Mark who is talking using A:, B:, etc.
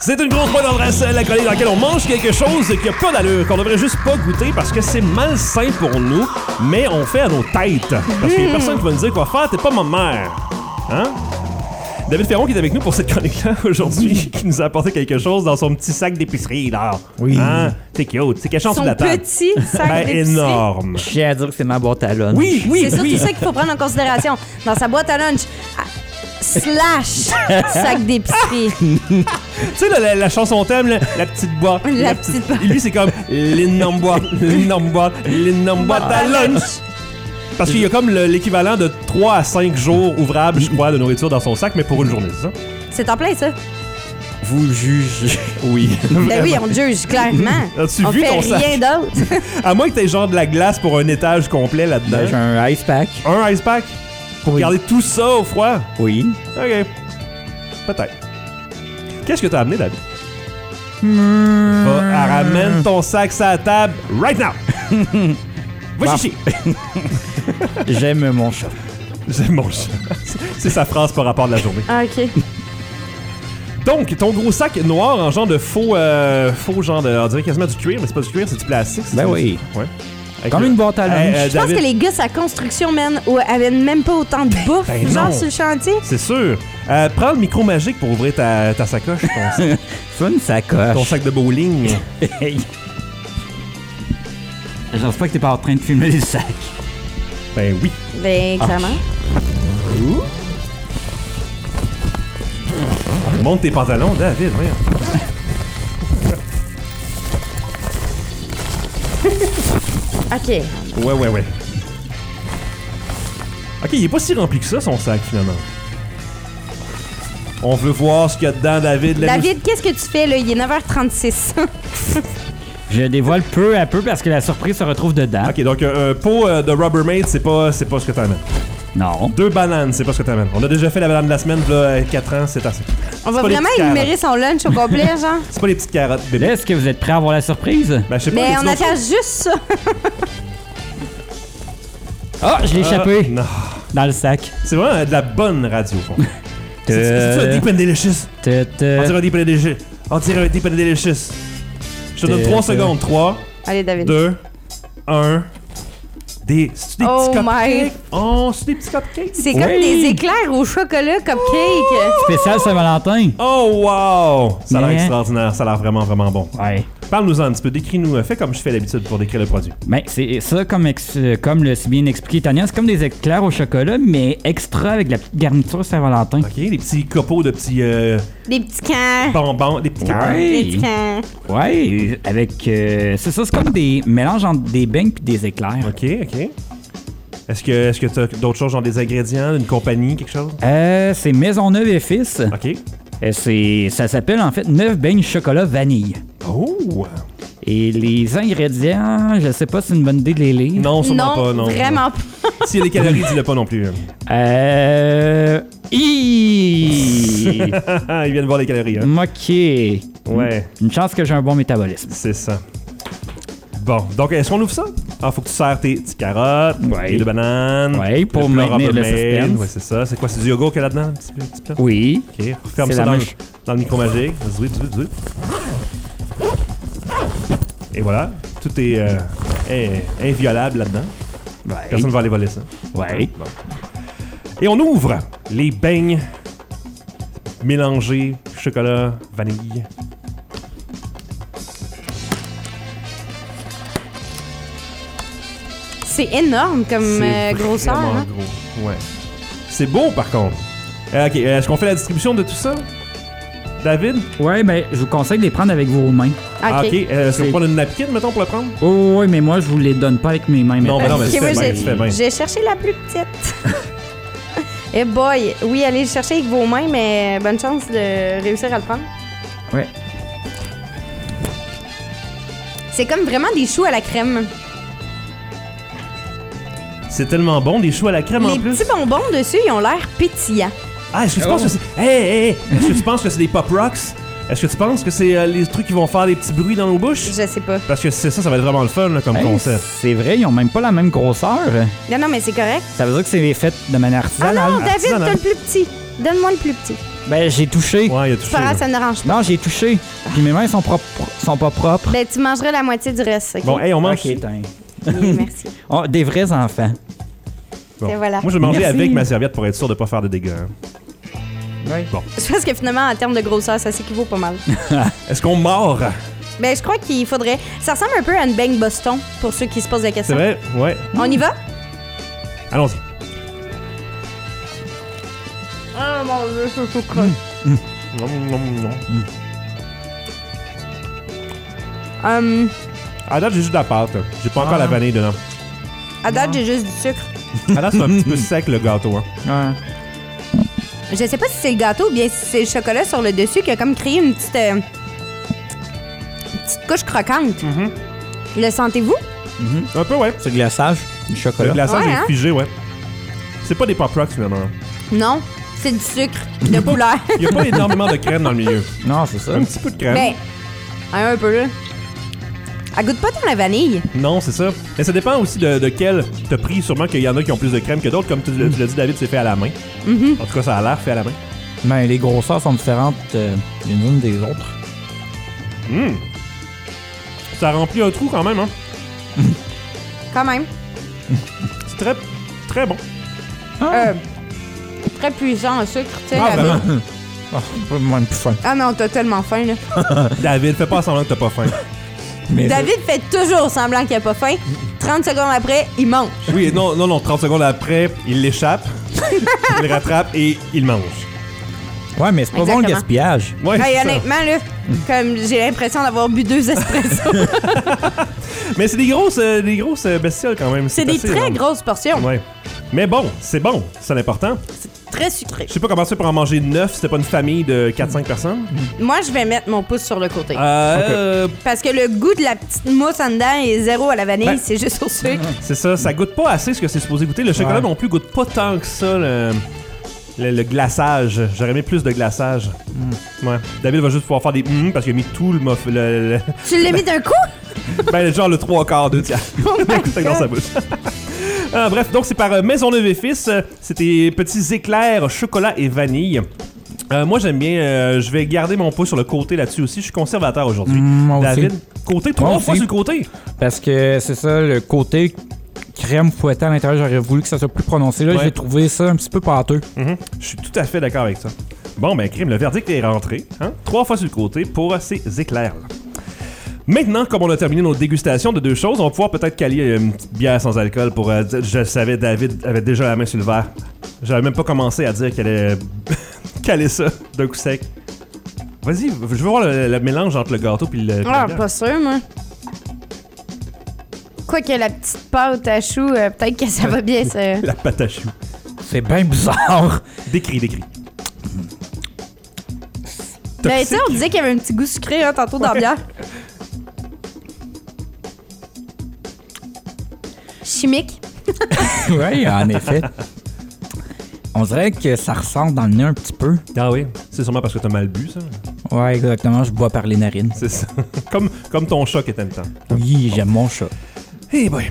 A: C'est une grosse bonne adresse, euh, la chronique dans laquelle on mange quelque chose qui a pas d'allure, qu'on devrait juste pas goûter parce que c'est malsain pour nous, mais on fait à nos têtes. Parce
B: Mmh.
A: qu'il y a personne qui va nous dire quoi faire, t'es pas ma mère. Hein? David Ferron qui est avec nous pour cette chronique-là aujourd'hui, qui nous a apporté quelque chose dans son petit sac d'épicerie, là.
C: Oui.
A: Hein? C'est cute. C'est quelque chose
B: Son
A: de la table.
B: petit sac
A: Ben,
B: d'épicerie.
A: énorme.
C: Je tiens à dire que c'est ma boîte à lunch.
A: Oui, oui,
B: C'est surtout
A: oui.
B: ça qu'il faut prendre en considération. Dans sa boîte à lunch, à- slash sac d'épicerie.
A: Tu sais, là, la, la chanson thème, là, la petite boîte.
B: La petite boîte.
A: Lui, c'est comme l'énorme boîte, l'énorme boîte, l'énorme boîte à lunch. Parce qu'il y a comme le- l'équivalent de 3 à 5 jours ouvrables, je crois, de nourriture dans son sac, mais pour une journée, c'est ça?
B: C'est en plein, ça.
C: Vous jugez.
A: Oui.
B: Ben oui, on te juge, clairement.
A: As-tu
B: on
A: vu
B: fait
A: ton sac?
B: rien d'autre.
A: À moins que t'aies genre de la glace pour un étage complet là-dedans.
C: Ben, J'ai un ice pack.
A: Un ice pack? Pour
C: Oui.
A: garder tout ça au froid?
C: Oui.
A: OK. Peut-être. Qu'est-ce que t'as amené, David?
C: Hmm.
A: Va, ramène ton sac à la table right now. Va
C: Bon.
A: chichi.
C: J'aime mon chat.
A: J'aime mon chat. C'est sa phrase par rapport de la journée.
B: Ah, OK.
A: Donc, ton gros sac noir en genre de faux, euh, faux genre de, on dirait quasiment du cuir, mais c'est pas du cuir, c'est du plastique. c'est
C: Ben
A: ça?
C: oui.
A: Ouais. Avec
C: Comme
A: le-
C: une boîte à
A: Hey, euh,
C: lunch.
B: Je pense
A: David.
B: que les gars, sa construction, man, ou- avaient même pas autant de bouffe,
A: ben non.
B: genre sur le chantier.
A: C'est sûr. Euh, prends le micro magique pour ouvrir ta, ta sacoche, ton,
D: euh,
C: Fun sacoche.
A: ton sac de bowling.
C: Hey. J'espère que t'es pas en train de filmer le sac.
A: Ben oui.
B: Ben, clairement.
A: Monte tes pantalons, David, voyons.
B: OK.
A: Ouais, ouais, ouais. Ok, il est pas si rempli que ça, son sac, finalement. On veut voir ce qu'il y a dedans, David. la
B: David, qu'est-ce que tu fais, là? Il est 9h36.
D: Je dévoile peu à peu parce que la surprise se retrouve dedans.
A: Ok, donc euh, un pot euh, de Rubbermaid, c'est pas, c'est pas ce que t'amènes.
D: Non.
A: Deux bananes, c'est pas ce que t'amènes. On a déjà fait la banane de la semaine, là, 4 ans, c'est assez.
B: On
A: C'est
B: va
A: pas les
B: vraiment
A: petites
B: énumérer
A: carottes.
B: son lunch au complet, genre.
A: C'est pas les petites carottes, bébé.
D: Là, est-ce que vous êtes prêts à avoir la surprise?
A: Ben, je sais pas.
B: Mais
A: qu'est-ce
B: on
A: d'autre?
B: attache juste ça.
D: Ah, je l'ai
A: Euh,
D: échappé
A: Non.
D: dans le sac.
A: C'est vraiment euh, de la bonne radio, pour moi. C'est-
D: Euh.
A: C'est c'est-tu un Deep and Delicious.
D: Te-
A: On
D: te-
A: dirait un Deep and Delicious. On dirait un Deep and Delicious. Je te donne
D: Euh,
A: 3
D: euh,
A: secondes. 3,
B: Allez, David.
A: 2, 1. Des. C'est-tu des
B: Oh
A: petits
B: my-
A: cupcakes? Oh, c'est des petits cupcakes?
B: C'est comme
D: Oui.
B: des éclairs au chocolat cupcake.
D: Spécial Saint-Valentin.
A: Oh, wow! Ça a l'air
D: Mais-
A: extraordinaire. Ça a l'air vraiment, vraiment bon.
D: Ouais.
A: Parle-nous un petit peu. Décris-nous. euh, Fais comme je fais d'habitude pour décrire le produit.
D: Ben, c'est ça, comme, ex- euh, comme le si bien expliqué Tania, c'est comme des éclairs au chocolat, mais extra avec la petite garniture Saint-Valentin.
A: OK? Des petits copeaux de petits euh,
B: Des petits cans.
A: bonbons, des petits carrés.
B: Des
D: Ouais.
B: petits cans.
D: Ouais, avec. euh, c'est ça, c'est comme des mélanges entre des beignes puis des éclairs.
A: OK, OK. Est-ce que est-ce que t'as d'autres choses, genre des ingrédients, une compagnie, quelque chose?
D: Euh, c'est Maisonneuve et Fils.
A: OK.
D: Euh, c'est, ça s'appelle en fait 9 beignes chocolat vanille.
A: Oh!
D: Et les ingrédients, je sais pas si c'est une bonne idée de les lire.
A: Non, Oh, sûrement pas, non.
B: vraiment pas.
A: Si les calories, dis-le pas non plus. hein.
D: Euh. Hi!
A: Ils viennent voir les calories, hein?
D: ok. Mm-hmm.
A: Ouais,
D: Une chance que j'ai un bon métabolisme.
A: c'est ça. Bon, donc est-ce qu'on ouvre ça? Ah, faut que tu serres tes petites carottes,
D: Ouais.
A: tes deux bananes.
D: Ouais, pour
A: fleur
D: maintenir le
A: Rubbermaid.
D: suspense.
A: Ouais, c'est ça. C'est quoi? C'est du yogourt qu'il y a là-dedans? Un petit peu, un petit peu?
D: Oui.
A: Ok, referme
D: C'est
A: ça
D: la
A: dans le,
D: même ch-
A: dans le micro magique. Zouip, zouip, zouip. Et voilà, tout est, euh, in- inviolable là-dedans.
D: Ouais.
A: Personne ne va aller voler ça.
D: Ouais.
A: Bon. Et on ouvre les beignes mélangés chocolat, vanille.
B: C'est énorme comme euh,
A: C'est
B: grosseur.
A: vraiment
B: hein.
A: gros. Ouais. C'est beau par contre. Euh, ok, euh, est-ce qu'on fait la distribution de tout ça? David?
D: Ouais, ben, je vous conseille de les prendre avec vos mains.
A: Ah, ok.
B: Ok.
A: Euh, est-ce qu'on
D: C'est-
A: prend une napkin, mettons, pour le prendre?
D: Oh, ouais, mais moi, je vous les donne pas avec mes mains.
A: Non,
D: maintenant.
A: ben non, mais
B: Ok,
A: c'est
B: moi,
A: bien,
B: j'ai-
A: c'est bien.
B: J'ai cherché la plus petite. Eh boy, oui, allez le chercher avec vos mains, mais bonne chance de réussir à le prendre.
D: Ouais.
B: C'est comme vraiment des choux à la crème.
A: C'est tellement bon, des choux à la crème en
B: Les
A: plus.
B: petits bonbons dessus, ils ont l'air pétillants.
A: Ah, est-ce que tu penses que c'est. Hey, hey, hey, Est-ce que tu penses que c'est des pop rocks? Est-ce que tu penses que c'est euh, les trucs qui vont faire des petits bruits dans nos bouches?
B: Je sais pas.
A: Parce que c'est ça, ça va être vraiment le fun là, comme
D: Hey,
A: concept.
D: c'est vrai, ils ont même pas la même grosseur.
B: Non, non, mais c'est correct.
D: Ça veut dire que c'est fait de manière
B: Ah
D: artisanale.
B: non, David,
A: artisanal.
B: t'as le plus petit. Donne-moi le plus petit.
D: Ben, j'ai touché.
A: Ouais, il a touché.
B: C'est pas
A: là.
B: grave, ça ne range pas.
D: Non, j'ai touché. Puis mes mains sont, propres, sont pas propres.
B: Ben, tu mangerais la moitié du reste, OK?
A: Bon, hey, on mange.
D: Ok, tain.
B: Oui, merci.
D: Oh, des vrais enfants.
A: Bon.
B: Et voilà.
A: Moi, je vais manger
D: Merci.
A: avec ma serviette pour être sûr de pas faire de dégâts. hein.
B: Je pense que finalement, en termes de grosseur, ça s'équivaut pas mal.
A: Est-ce qu'on mord
B: ben, je crois qu'il faudrait. Ça ressemble un peu à une bang Boston, pour ceux qui se posent la
A: C'est
B: question.
A: vrai Ouais.
B: On y va?
A: Allons-y.
B: Ah, mon Dieu, c'est
A: Mm. Non, non, non.
B: Hum,
A: À date, j'ai juste de la pâte. J'ai pas encore
B: Ah.
A: la vanille dedans.
B: à date, j'ai juste du sucre.
A: À date, c'est un petit peu sec le gâteau. Hein.
D: Ouais.
B: Je sais pas si c'est le gâteau ou bien si c'est le chocolat sur le dessus qui a comme créé une petite, euh, une petite couche croquante.
A: Mm-hmm.
B: Le sentez-vous?
A: Un peu, ouais.
C: Ce glaçage, du
A: Le
C: chocolat.
A: glaçage
B: Ouais,
A: est
B: hein?
A: figé, ouais. C'est pas des pop rocks finalement.
B: Non, c'est du sucre de couleur.
A: Il y a pas énormément de crème dans le milieu.
D: Non, c'est ça.
A: Un petit peu de crème.
B: ben, un peu là. Elle goûte pas tant la vanille.
A: Non, c'est ça. Mais ça dépend aussi de, de quel t'as pris. Sûrement qu'il y en a qui ont plus de crème que d'autres. Comme tu, l'as- tu l'as dit, David, c'est fait à la main.
B: Mm-hmm.
A: En tout cas, ça a l'air fait à la main.
D: Ben, les grosseurs sont différentes euh, les unes des autres.
A: Ça remplit un trou quand même, hein.
B: Quand même.
A: C'est très, très bon.
B: Euh, très puissant en sucre, tu sais.
A: Ah,
B: la-
A: vraiment?
D: Ah, pas moins plus fin.
B: Ah non, t'as tellement faim, là.
A: David, fais pas semblant que t'as pas faim.
D: Mais
B: David fait toujours semblant qu'il a pas faim. 30 secondes après, il mange.
A: Oui, non, non, non. 30 secondes après, il l'échappe, il le rattrape et il mange.
D: Ouais, mais c'est pas bon le
B: Exactement.
D: gaspillage.
A: Ouais,
B: Hey,
A: c'est ça.
B: Ben, honnêtement, là, comme j'ai l'impression d'avoir bu deux espressos.
A: Mais c'est des grosses, euh, des grosses euh, bestioles quand même.
B: c'est des
A: assez
B: très
A: énorme.
B: grosses portions,
A: Ouais. Mais bon, c'est bon, c'est l'important.
B: très sucrées.
A: Je sais pas comment c'est pour en manger 9, c'était pas une famille de 4-5 personnes.
B: Moi, je vais mettre mon pouce sur le côté.
A: Euh,
B: Parce que le goût de la petite mousse en dedans est zéro à la vanille,
A: Ben-
B: c'est juste au sucre.
A: C'est ça, ça goûte pas assez ce que c'est supposé goûter. Le chocolat
D: Ouais.
A: non plus goûte pas tant que ça le, le- le glaçage. J'aurais aimé plus de glaçage. Ouais. David va juste pouvoir faire des hum parce qu'il a mis tout le, mof, le, le-
B: Tu l'as mis d'un coup?
A: ben, genre le trois quarts de tiers.
D: Oh
A: Fait que dans sa bouche. Ah, bref, donc c'est par euh, Maisonneuve et Fils. Euh, C'était petits éclairs, chocolat et vanille. Euh, moi j'aime bien, euh, je vais garder mon pouce sur le côté là-dessus aussi. Je suis conservateur aujourd'hui.
D: Mm, moi aussi.
A: David, côté trois
D: Moi
A: fois
D: aussi.
A: sur le côté.
D: Parce que c'est ça, le côté crème fouettée à l'intérieur, j'aurais voulu que ça soit plus prononcé. Là,
A: Ouais.
D: j'ai trouvé ça un petit peu pâteux.
A: Mhm. Je suis tout à fait d'accord avec ça. Bon, ben, crime, le verdict est rentré. hein. Trois fois sur le côté pour ces éclairs-là. Maintenant, comme on a terminé nos dégustations de deux choses, on va pouvoir peut-être caler euh, une petite bière sans alcool pour. euh, dire- je le savais, David avait déjà la main sur le verre. J'avais même pas commencé à dire qu'elle allait caler ça d'un coup sec. Vas-y, je veux voir le, le mélange entre le gâteau puis le. puis la
B: Ah,
A: bière.
B: pas sûr, moi. Quoique la petite pâte à choux, euh, peut-être que ça va bien se...
A: La pâte à choux.
D: C'est bien bizarre.
A: Décrit, décrit.
B: Ben, tu
A: Toxique.
B: sais, on disait qu'il y avait un petit goût sucré hein, tantôt dans la bière. Chimique.
D: oui, en effet. On dirait que ça ressort dans le nez un petit peu.
A: Ah oui, c'est sûrement parce que t'as mal bu, ça.
D: Ouais, exactement, je bois par les narines.
A: C'est ça. comme, comme ton chat qui était le temps.
D: Oui, j'aime mon chat.
A: Eh boy.